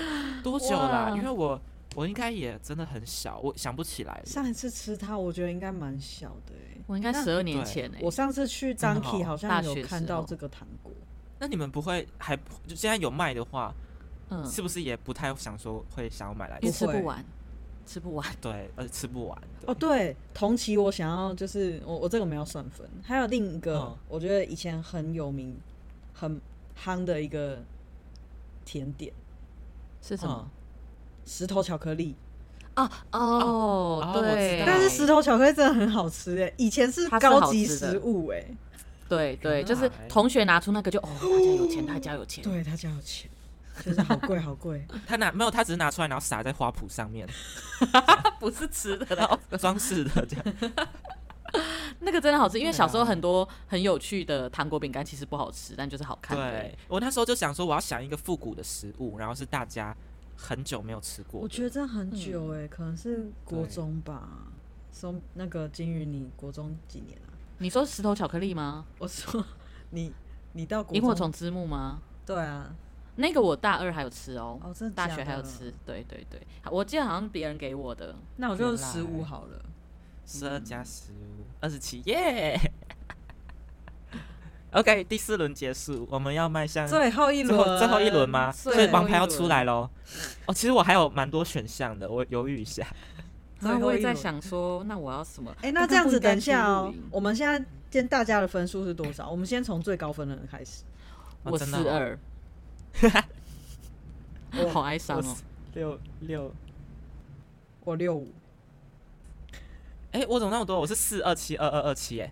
S3: 多久啦？
S1: 哇
S3: 因为我我应该也真的很小，我想不起来了。
S2: 上一次吃它，我觉得应该蛮小的欸
S1: 我应该
S2: 那
S1: 十二年
S3: 对
S1: 前哎、
S2: 我上次去
S3: 真的
S2: Dunky
S3: 哦
S2: 好
S1: 大
S2: 像有
S1: 学
S2: 看
S1: 时
S2: 到
S1: 候
S2: 这个糖果，
S3: 那你们不会还就现在有卖的话，
S1: 嗯，
S3: 是不是也不太想说会想要买来
S1: 因为
S3: 吃？
S1: 吃
S2: 不会
S1: 不完，吃不完。
S3: 对，而且吃不完。对
S2: 哦，对，同期我想要就是我我这个没有算分，还有另一个、
S3: 嗯
S2: 我觉得以前很有名、很夯的一个甜点
S1: 是什
S3: 嗯
S1: 么？
S2: ——石头巧克力。
S1: 啊哦
S3: 哦，
S1: 对，
S3: 我知道
S2: 但是石头巧克力真的很好吃哎，以前是
S1: 它是
S2: 高
S1: 好
S2: 级
S1: 吃的
S2: 食物哎，
S1: 对对，
S3: 原
S1: 就是
S3: 来
S1: 同学拿出那个就哦，他家有钱，他家有钱。
S2: 对，他家有钱，就是好贵好贵。
S3: 嗯他拿没有，他只是拿出来，然后撒在花圃上面，
S1: 不是吃的
S3: 然后装饰的这样。
S1: 那个真的好吃，因为
S3: 对啊
S1: 小时候很多很有趣的糖果饼干其实不好吃，但就是好看。
S3: 对，我那时候就想说，我要想一个复古的食物，然后是大家很久没有吃过的。
S2: 我觉得这很久
S1: 嗯
S2: 哎，可能是国中吧，从那个金鱼，你国中几年啊？
S1: 你说石头巧克力吗？
S2: 我说你你到国
S1: 萤火
S2: 中
S1: 虫之墓吗？
S2: 对啊，
S1: 那个我大二还有吃哦，
S2: 哦真的
S1: 大
S2: 假
S1: 学还有
S2: 的
S1: 吃。对对对，我记得好像是别人给我的。
S2: 那我就
S3: 原来
S2: 十五好了。
S3: 十二加十五，二十七， 耶！OK，第四轮结束，我们要迈向
S2: 最后一
S3: 最后
S2: 轮，
S3: 最后一轮吗？
S1: 最
S3: 所
S2: 后
S3: 以王牌
S1: 一
S3: 要
S1: 轮
S3: 出来喽。哦，其实我还有蛮多选项的，我犹豫一下。
S2: 最
S1: 然后
S2: 后
S1: 我也
S2: 一
S1: 在
S2: 轮
S1: 想说，那我要什么？
S2: 哎、那这样子，等一下哦
S1: 刚刚不应该去露，营
S2: 我们现在先大家的分数是多少？我们先从最高分的人开始。
S3: 哦
S1: 我
S3: 真
S1: 四
S3: 的哦
S1: 二，我 好哀伤
S3: 我
S1: 哦
S3: 是。六六，
S2: 我六五，
S3: 哎、我怎么那么多？我是四二七二二二七， 哎，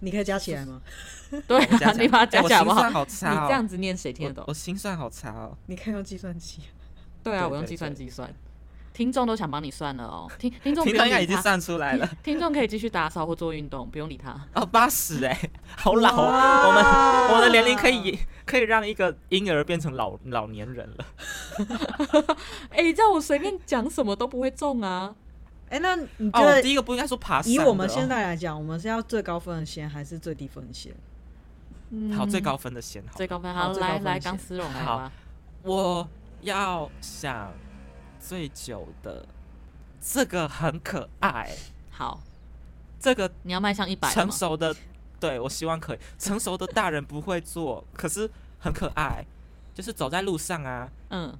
S2: 你可以加起来吗？
S1: 对
S3: 我加
S1: 啊，
S3: 起来
S1: 你把它加
S3: 哎我
S1: 起来好不
S3: 心
S1: 好？
S3: 算好
S1: 你
S3: 差哦
S1: 这样子念谁听得
S3: 我
S1: 懂
S3: 我？心算好差哦。
S2: 你可以用计算器。
S1: 对啊，
S3: 对
S1: 我用
S3: 对
S1: 计算
S3: 对
S1: 机算，听众都想帮你算了哦。听听众不
S3: 平
S1: 用
S3: 常应该
S1: 理
S3: 已经
S1: 他，
S3: 算出来了。
S1: 听众可以继续打扫或做运动，不用理他。
S3: 哦，八十哎，好老哦！
S2: 哇
S3: 我们我们的年龄可以可以让一个婴儿变成老老年人了。
S1: 哎，你叫我随便讲什么都不会中啊。
S2: 哎、那你觉
S3: 哦，我
S2: 得
S3: 第一个不应该说爬山
S2: 以
S3: 的哦。
S2: 我们现在来讲，我们是要最高分的先，还是最低分的先？
S3: 好最高分的先好
S1: 嗯最，高分，
S2: 好
S1: 好
S2: 嗯最高
S1: 来
S2: 分
S1: 来，
S2: 先
S1: 钢丝绒来
S3: 好
S1: 吧。
S3: 我要想最久的，这个很可爱，
S1: 好，
S3: 这个
S1: 你要迈向一百
S3: 成
S1: 吗？
S3: 熟的，对我希望可以成熟的大人不会做，可是很可爱，就是走在路上啊，
S1: 嗯，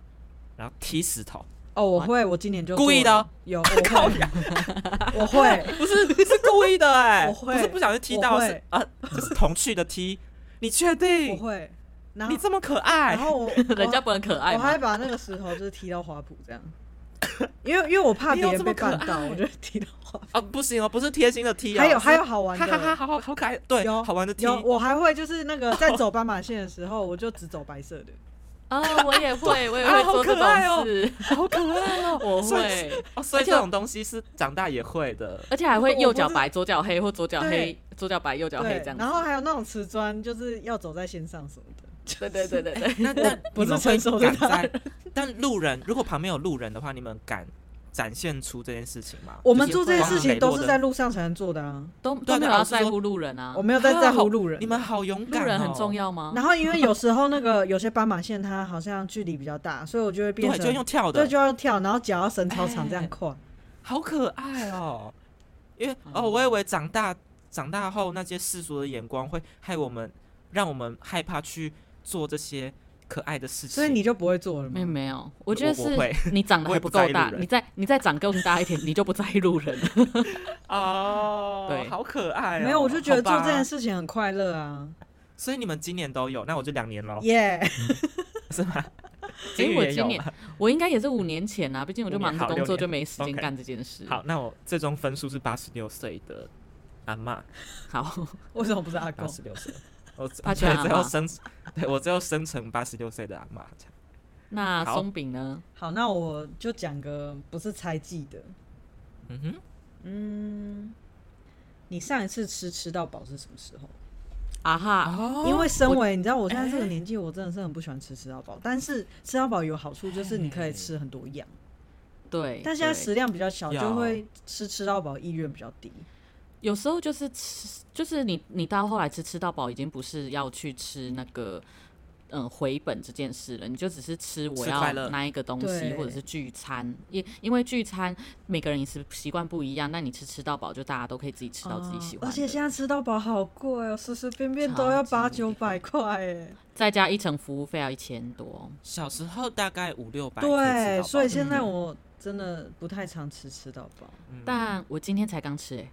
S3: 然后踢石头，
S2: 哦，我会，我今年就
S3: 故意的哦
S2: 做了有， 我会， 我会，
S3: 不是是故意的哎、
S2: 我
S3: 不
S2: 会
S3: 是不小心踢到
S2: 我会
S3: 是啊，就是童趣的踢，你 确
S2: 我
S3: 定？
S2: 会。然后
S3: 你，这么可
S2: 然
S3: 爱，
S2: 后我，
S1: 人家不很可爱
S2: 我还
S1: 吗？
S2: 把那个石头就是踢到花圃这样，因为因为我怕别
S3: 你有
S2: 人
S3: 这
S2: 被
S3: 么可
S2: 绊到，
S3: 爱
S2: 我就踢到花圃。
S3: 啊，不行哦，不是贴心的踢、哦，
S2: 还有
S3: 是
S2: 还有好玩的
S3: 哈哈哈，好好好可爱，对，
S2: 有
S3: 好玩的踢，
S2: 有，我还会就是那个在走斑马线的时 候，我就只走白色的。
S1: 啊，我也会，我也
S3: 啊
S1: 会
S3: 好
S1: 做这
S3: 可爱哦
S1: 种事，
S3: 好可爱哦
S1: 我
S3: 所以
S1: 会。
S3: 哦，所以
S1: 而且
S3: 这种东西是长大也 会的。
S1: 而且还会
S2: 我
S1: 右
S2: 不
S1: 脚
S2: 是
S1: 白左脚黑，或左脚黑
S2: 对
S1: 左脚白右脚黑
S2: 对
S1: 这，样子。
S2: 然后还有那种瓷砖，就是要走在线上什么的。
S1: 对对对对 对，
S3: 那那
S2: 不
S3: 你们
S2: 是成
S3: 会
S2: 熟的
S3: 敢
S2: 大
S3: 在，但路人如果旁边有路人的话，你们敢展现出这件事情吗？
S2: 我们
S1: 也
S2: 做这
S1: 会
S2: 件
S1: 啊
S2: 事情都是在
S3: 路
S2: 路上才能做的啊，
S1: 都
S3: 对
S1: 都
S3: 啊
S1: 没有
S3: 对啊
S1: 要
S3: 我是
S1: 在
S3: 说
S1: 乎路人啊
S2: 我。没有在在乎路人。
S3: 你们好勇
S1: 路
S3: 敢、哦，
S1: 人很重。要吗？
S2: 然后因为有时候那个有些斑马线它好像距离比较大，所以我就会变
S3: 对，
S2: 成
S3: 就用跳
S2: 对
S3: 的，
S2: 就要跳，然后脚要伸超长这样
S3: 哎
S2: 跨。
S3: 好可爱哦。因为哦，我以为长大长大后那些世俗的眼光会害我们，让我们害怕去做这些可爱的事情。
S2: 所以你就不会做了
S1: 没有
S2: 吗？
S1: 没有，我觉
S3: 我
S1: 得
S3: 我会
S1: 是你长得
S3: 我
S1: 还
S3: 也
S1: 不
S3: 不
S1: 够
S3: 在意
S1: 大
S3: 路，人
S1: 你再你再长更大一点，你就不在意路人。
S3: 哦，
S1: 对
S3: 好可爱、哦。
S2: 没有，我就觉得
S3: 好
S2: 做
S3: 吧
S2: 这件，事情很快乐啊，
S3: 所以你们今年都有，那我就两年喽。
S2: 耶！
S3: 金鱼
S1: 我
S3: 也
S1: 今
S3: 有
S1: 年
S3: 吗
S1: 我应该也是五年前啊，毕竟我就
S3: 五年
S1: 忙着
S3: 好
S1: 工
S3: 六
S1: 作，
S3: 年
S1: 就没时间
S3: OK
S1: 干这件事。
S3: 好，那我最终分数是八十六岁的阿嬷，
S1: 好，
S2: 为什么不是阿
S3: 八
S2: 公？
S3: 十六岁，我最
S1: 八
S3: 对
S1: 十六阿
S3: 最后
S1: 嬷
S3: 生，对我最后生成八十六岁的阿嬷这样。
S1: 那
S3: 好
S1: 松饼呢？
S2: 好，那我就讲个不是猜忌的。
S3: 嗯哼，
S2: 嗯，你上一次吃吃到饱是什么时候？
S1: 啊哈，
S3: 哦
S2: 因为身
S1: 我哎
S2: 为你知道我现在这个年纪，我真的是很不喜欢吃吃到饱。但是吃到饱有好处，就是你可以吃很多样。
S1: 对，
S2: 但现在
S1: 哎对
S2: 食量比较小，
S3: 要
S2: 就会吃吃到饱意愿比较低。
S1: 有时候就是吃，就是你你到后来吃吃到饱，已经不是要去吃那个嗯回本这件事了，你就只是吃我
S3: 吃
S1: 要
S3: 快乐
S1: 那一个东西，
S2: 对
S1: 或者是聚餐，因因为聚餐每个人饮食习惯不一样，那你吃吃到饱就大家都可以自己吃到自己喜
S2: 哦
S1: 欢
S2: 而且
S1: 的，
S2: 现在吃到饱好贵哦，随随便便都要
S1: 超
S2: 八
S1: 级贵
S2: 九百块哎。
S1: 再加一层服务费要一千多，
S3: 小时候大概五六百可以吃
S2: 对，
S3: 到
S2: 所以
S3: 饱
S2: 现在
S1: 嗯
S2: 我真的不太常吃吃到饱。
S3: 嗯
S1: 但我今天才刚吃、欸，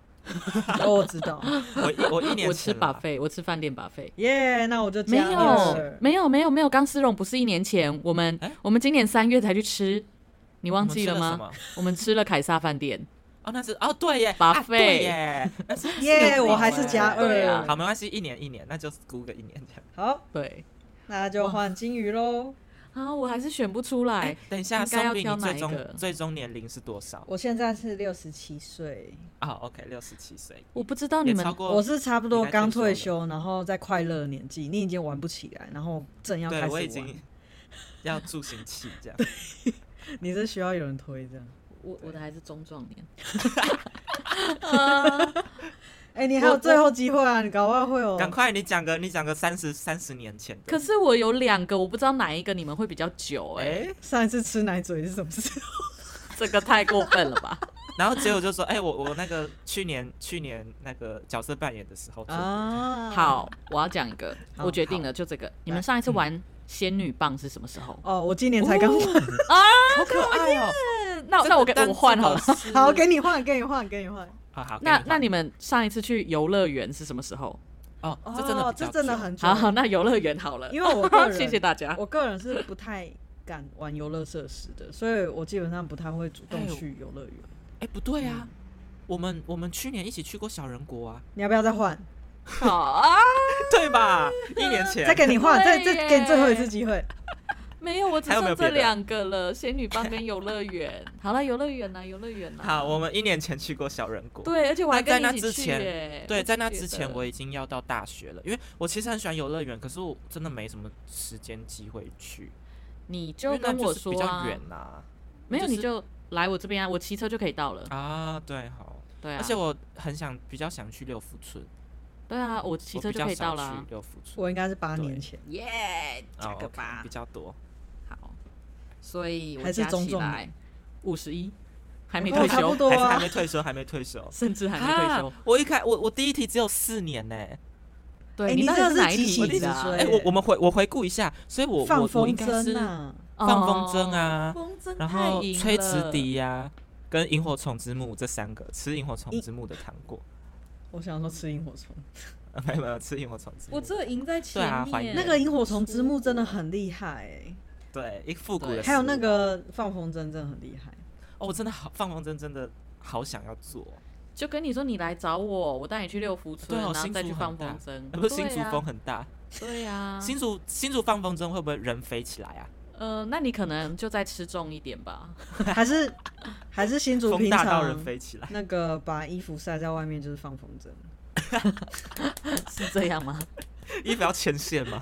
S2: 哦，我知道，
S3: 我一我一年
S1: 我吃
S3: 前啦
S1: 把费，我吃饭店把费。
S2: 耶，那我就
S1: 没
S2: 加
S1: 有
S2: 二，
S1: 没有，没有，没有。钢丝绒不是一年前，我们、
S3: 哎
S1: 我们今年三月才去吃，你
S3: 我
S1: 忘
S3: 们
S1: 记
S3: 吃
S1: 了
S3: 了什
S1: 吗？
S3: 么？
S1: 我们吃了凯撒饭店，
S3: 哦，那是哦，对耶，
S1: 把
S3: 啊
S1: 费
S3: 对耶，那 是
S2: 耶
S3: 是有
S2: 我还是
S3: 哎
S2: 加二
S3: 对啊
S1: 哎
S3: 好，没关系，一年一年，那就估个一年这样。
S2: 好，
S1: 对。
S2: 那就换金鱼喽。
S1: 啊，我还是选不出来。
S3: 哎，等一下，
S1: 应该要
S3: 松饼，
S1: 挑
S3: 你
S1: 哪
S3: 最
S1: 一个
S3: 终最终年龄是多少？
S2: 我现在是六十七岁，
S3: 哦，OK，六十七岁，
S1: 我不知道你
S3: 也
S1: 们
S3: 超过
S2: 我是差不多
S3: 你该退
S2: 刚退
S3: 休
S2: 休，然后在快乐的年纪，你已经玩不起来，然后正要开
S3: 对
S2: 始
S3: 我已
S2: 玩
S3: 经， 要助行器这样。
S2: 你是需要有人推这样。
S1: 我我的还是中壮年。 呃
S2: 哎、你还有最后机会啊！你搞不好会有
S3: 赶快，你讲个你讲个三十三十年前的。
S1: 可是我有两个，我不知道哪一个你们会比较久哎、
S3: 哎，
S2: 上一次吃奶嘴是什么时候？
S1: 这个太过分了 吧？
S3: 然后结果就说，哎，我我那个去年去年那个角色扮演的时候做
S1: 哦
S3: 的，
S2: 啊，
S1: 好，我要讲一个，
S2: 好
S1: 我决定了，就这个。你们上一
S3: 嗯
S1: 次玩仙女棒是什么时候？
S2: 哦，我今年才刚换，
S3: 好可爱哦。
S1: 那那我给
S3: 但
S1: 我换好了。
S3: 这个是
S2: 好，给你换，给你换，给你换。
S3: 啊好，
S1: 那
S3: 给
S1: 那
S3: 换
S1: 你们上一次去游乐园是什么时候？
S3: 哦，
S2: 哦，
S3: 这真的比
S2: 这
S3: 较
S2: 真的
S3: 久
S2: 很久
S1: 好，好，那游乐园好 了，
S2: 因为我个人
S1: 谢谢大家。
S2: 我个人是不太敢玩游乐设施的，所以我基本上不太会主动
S3: 哎呦
S2: 去游乐园。
S3: 哎、不对
S1: 嗯
S3: 啊，我们我们去年一起去过小人国啊，
S2: 你要不要再换？
S1: 好啊，
S3: 对吧？一年前
S2: 再给你换，再
S1: 对
S2: 再给你
S1: 耶
S2: 最后一次机会。
S1: 没有，我只
S3: 还有没有
S1: 剩这
S3: 别的
S1: 两个了，仙女棒跟游乐园。 好了，游乐园呐，游乐园啊呐。
S3: 好，我们一年前去过小人国。
S1: 对，而且我还
S3: 但在
S1: 跟
S3: 那
S1: 你一
S3: 之
S1: 起去
S3: 前
S1: 耶。
S3: 对，
S1: 我
S3: 在那
S1: 就
S3: 之
S1: 觉
S3: 前
S1: 得
S3: 我已经要到大学了，因为我其实很喜欢游乐园，可是我真的没什么时间机会去，
S1: 你
S3: 因
S1: 就
S3: 为那
S1: 跟我
S3: 是
S1: 说
S3: 比
S1: 啊
S3: 较，远呐、
S1: 没有
S3: 就是
S1: 你就来我这边啊，我骑车就可以到了。
S3: 啊。对，好。
S1: 对啊，
S3: 而且我很想，比较想去六福村，
S1: 对啊，我骑
S3: 我
S1: 车
S3: 比
S1: 就可
S3: 较
S1: 以到
S3: 少
S1: 了
S3: 去
S1: 啊。
S3: 六福村。
S2: 我应该是八
S3: 对
S2: 年前，
S1: 耶，
S3: 哦
S1: 加个
S3: OK，
S1: 吧
S3: 比，较多。
S1: 好。所以我
S2: 还是
S1: 加
S2: 中
S1: 起
S2: 重
S1: 来
S2: 年
S1: 五十一，还没
S2: 哦
S1: 退
S2: 差不
S1: 休，
S2: 多
S3: 还是还
S2: 啊。
S3: 没退休，还没退休。
S1: 甚至 还没退休
S3: 啊。我一开我我第一题只有四年呢、
S1: 对
S2: 哎
S1: 你
S2: 你
S1: 到底
S2: 这
S1: 是
S2: 是
S1: 哪一
S2: 集体
S1: 题的啊？
S2: 之
S3: 哎、
S2: 对
S3: 我我们回我回顾一下，所以我
S2: 放
S3: 我我
S2: 风
S3: 应该是
S2: 筝啊，
S3: 放风筝啊
S1: 哦风筝
S3: 然
S1: 太
S3: 后
S1: 赢
S3: 吹
S1: 了
S3: 池笛呀、跟萤火虫之墓这三个，吃萤火虫之墓的糖果，
S2: 我想说吃萤火虫，
S3: 呃没有没有吃萤火虫之墓，
S1: 我只有赢在前
S3: 对啊怀
S1: 面。
S3: 念
S2: 那个萤火虫之墓真的很厉害哎、
S3: 对一复古的
S1: 对
S3: 食物，
S2: 还有那个放风筝真的很厉害。
S3: 哦，我真的好放风筝真的好想要做，
S1: 就跟你说，你来找我，我带你去六福村，
S3: 对哦
S1: 然后
S3: 新
S1: 再
S3: 竹
S1: 去
S3: 很
S1: 放风
S3: 大
S1: 筝。
S3: 呃不是新竹
S1: 对啊
S3: 风很大，
S1: 对啊呀、
S3: 新竹新竹放风筝会不会人飞起来啊？
S1: 呃，那你可能就再吃重一点吧。
S2: 还是还是新竹
S3: 风
S2: 平
S3: 大到
S2: 常
S3: 人飞起来，
S2: 那个把衣服晒在外面就是放风筝，
S1: 是这样 吗？
S3: 衣服要牵线吗？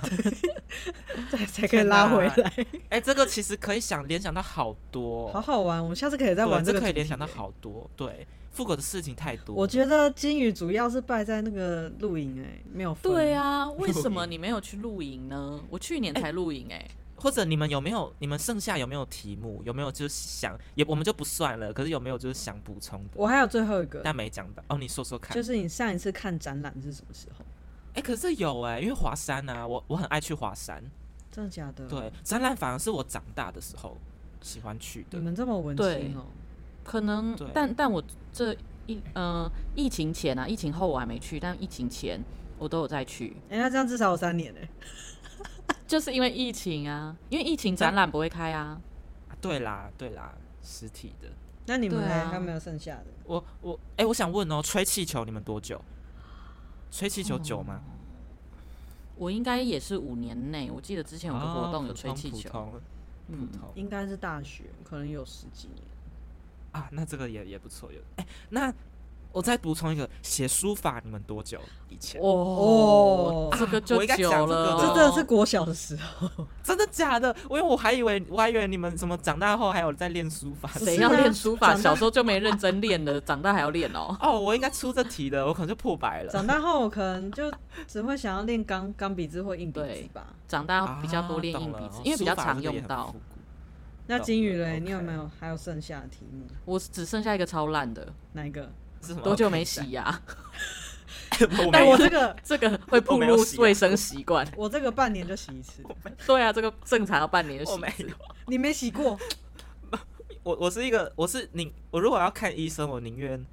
S2: 才才可以拉回
S3: 天哪
S2: 来，
S3: 哎、这个其实可以想联想到好多哦，
S2: 好好玩。我们下次可以再
S3: 对
S2: 玩
S3: 这
S2: 个。
S3: 可以联想到。好多，对，复古的事情太多，
S2: 我觉得金鱼主要是败在那个露营哎、没有分
S1: 对啊，为
S3: 露
S1: 什么
S3: 营
S1: 你没有去露营 呢？我去年才露营哎、
S3: 或者你们有没有？你们剩下有没有题目？有没有就是想也我们就不算了。可是有没有就是想补充的？
S2: 我还有最后一个，
S3: 但没讲到哦，你说说看。哎、
S2: 就是你上一次看展览是什么时候？
S3: 可是有哎、因为华山啊，我我很爱去华山。
S2: 真的假的？，
S3: 对，展览反而是我长大的时候喜欢去
S2: 你
S3: 的。
S2: 们这么文青哦、
S1: 可能
S3: 对，
S1: 但但我这疫呃疫情前啊，疫情后我还没去，但疫情前我都有在去。
S2: 哎、那这样至少有三年哎、
S1: 就是因为疫情啊，因为疫情展览不会开啊。
S3: 啊对啦，对啦，实体的。
S2: 那你们
S1: 对
S2: 还
S1: 啊
S2: 还有没有剩下的？
S3: 我我哎、我想问哦，吹气球你们多久？吹气球久吗？
S1: 哦我应该也是五年内，我记得之前有个活动有吹气球，
S3: 哦普通
S1: 嗯
S3: 普通普通
S2: 应该是大学，可能有十几年。
S3: 啊，那这个也也不错。有哎、那我再补充一个，写书法你们多久以前？
S1: 哦
S2: 哦，
S1: 这个
S3: 我
S1: 就
S3: 应该
S1: 久
S3: 讲
S1: 了
S3: 这
S1: 哦，
S3: 个
S2: 这真的是国小的时候，
S3: 真的假的？我因为我还以为我还以为你们什么长大后还有在练书法。
S1: 谁
S2: 不是
S1: 要
S2: 啊
S1: 练书法？
S2: 长大
S1: 小时候就没认真练了，长大还要练哦。
S3: 哦，我应该出这题的，我可能就破百了。
S2: 长大后我可能就只会想要练钢钢笔字或硬笔字
S1: 对
S2: 吧。
S1: 长
S3: 啊
S1: 大比较多练硬笔字，因为比较常用到。
S2: 那金鱼嘞，
S3: OK
S2: 你有没有还有剩下的题目？
S1: 我只剩下一个超烂的，
S2: 哪一个？
S3: 是什么？
S1: 多久没洗？牙、
S3: 我
S2: 但
S3: 没
S2: 哎我
S3: 有
S2: 这个
S1: 这个会暴
S3: 我没有
S1: 露
S3: 洗牙
S1: 卫生习惯。
S2: 我这个半年就洗一次，
S1: 对啊，这个正常要半年就
S3: 我
S1: 洗
S3: 没
S1: 一次。
S3: 有。
S2: 你没洗过？
S3: 我我是一个，我是宁，我如果要看医生，我宁愿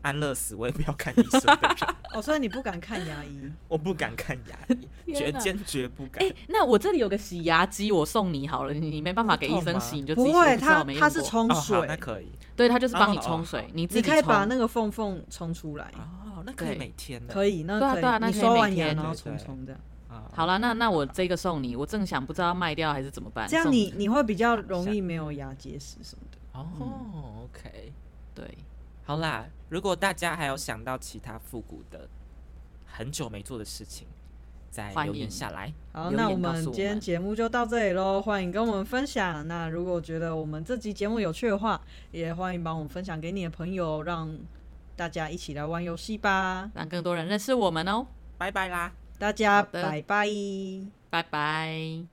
S3: 安乐死，我也不要看医生 的人
S2: 哦，所以你不敢看牙医。
S3: 我不敢看牙医，
S1: 天
S3: 绝
S1: 哪
S3: 坚决不敢
S1: 哎、。那我这里有个洗牙机，我送你好了，你你没办法给医
S3: 痛
S1: 生
S3: 吗
S1: 洗，你就自己洗。
S2: 不会，
S1: 我知道
S2: 它
S1: 我没用
S2: 它是
S1: 过，
S2: 冲
S3: 哦，好，那
S2: 水，
S3: 可以。
S1: 对，它就是帮你
S3: 哦
S1: 冲
S3: 哦
S1: 水
S3: 哦，
S1: 你自
S2: 你
S1: 己
S2: 可以把
S1: 冲
S2: 那个缝缝冲出来。
S3: 哦，那可以
S1: 对
S3: 每天的。
S2: 可以，那
S1: 对啊
S2: 可以。
S1: 对啊那
S2: 你
S1: 可以
S2: 刷
S1: 每
S2: 完牙
S1: 天
S2: 然后
S3: 对
S2: 冲
S3: 对
S2: 冲这样，
S3: 啊
S1: 好了，那那我这个送你，我正想不知道卖掉还是怎么办。
S2: 这样
S1: 送
S2: 你你会比较容易没有牙结石什么的。
S3: 哦，OK，
S1: 对，
S3: 好啦。如果大家还有想到其他复古的很久没做的事情，再
S1: 欢
S3: 留言
S1: 迎
S3: 下来。
S2: 好，
S1: 留
S2: 那
S1: 言
S2: 我
S1: 告
S2: 们
S1: 诉我
S2: 今天
S1: 们
S2: 节目就到这里喽，欢迎跟我们分享。那如果觉得我们这集节目有趣的话，也欢迎帮我们分享给你的朋友，让大家一起来玩游戏吧。
S1: 让更多人认识我们哦，
S3: 拜拜啦。
S2: 大家
S1: 好的
S2: 拜拜。
S1: 拜拜。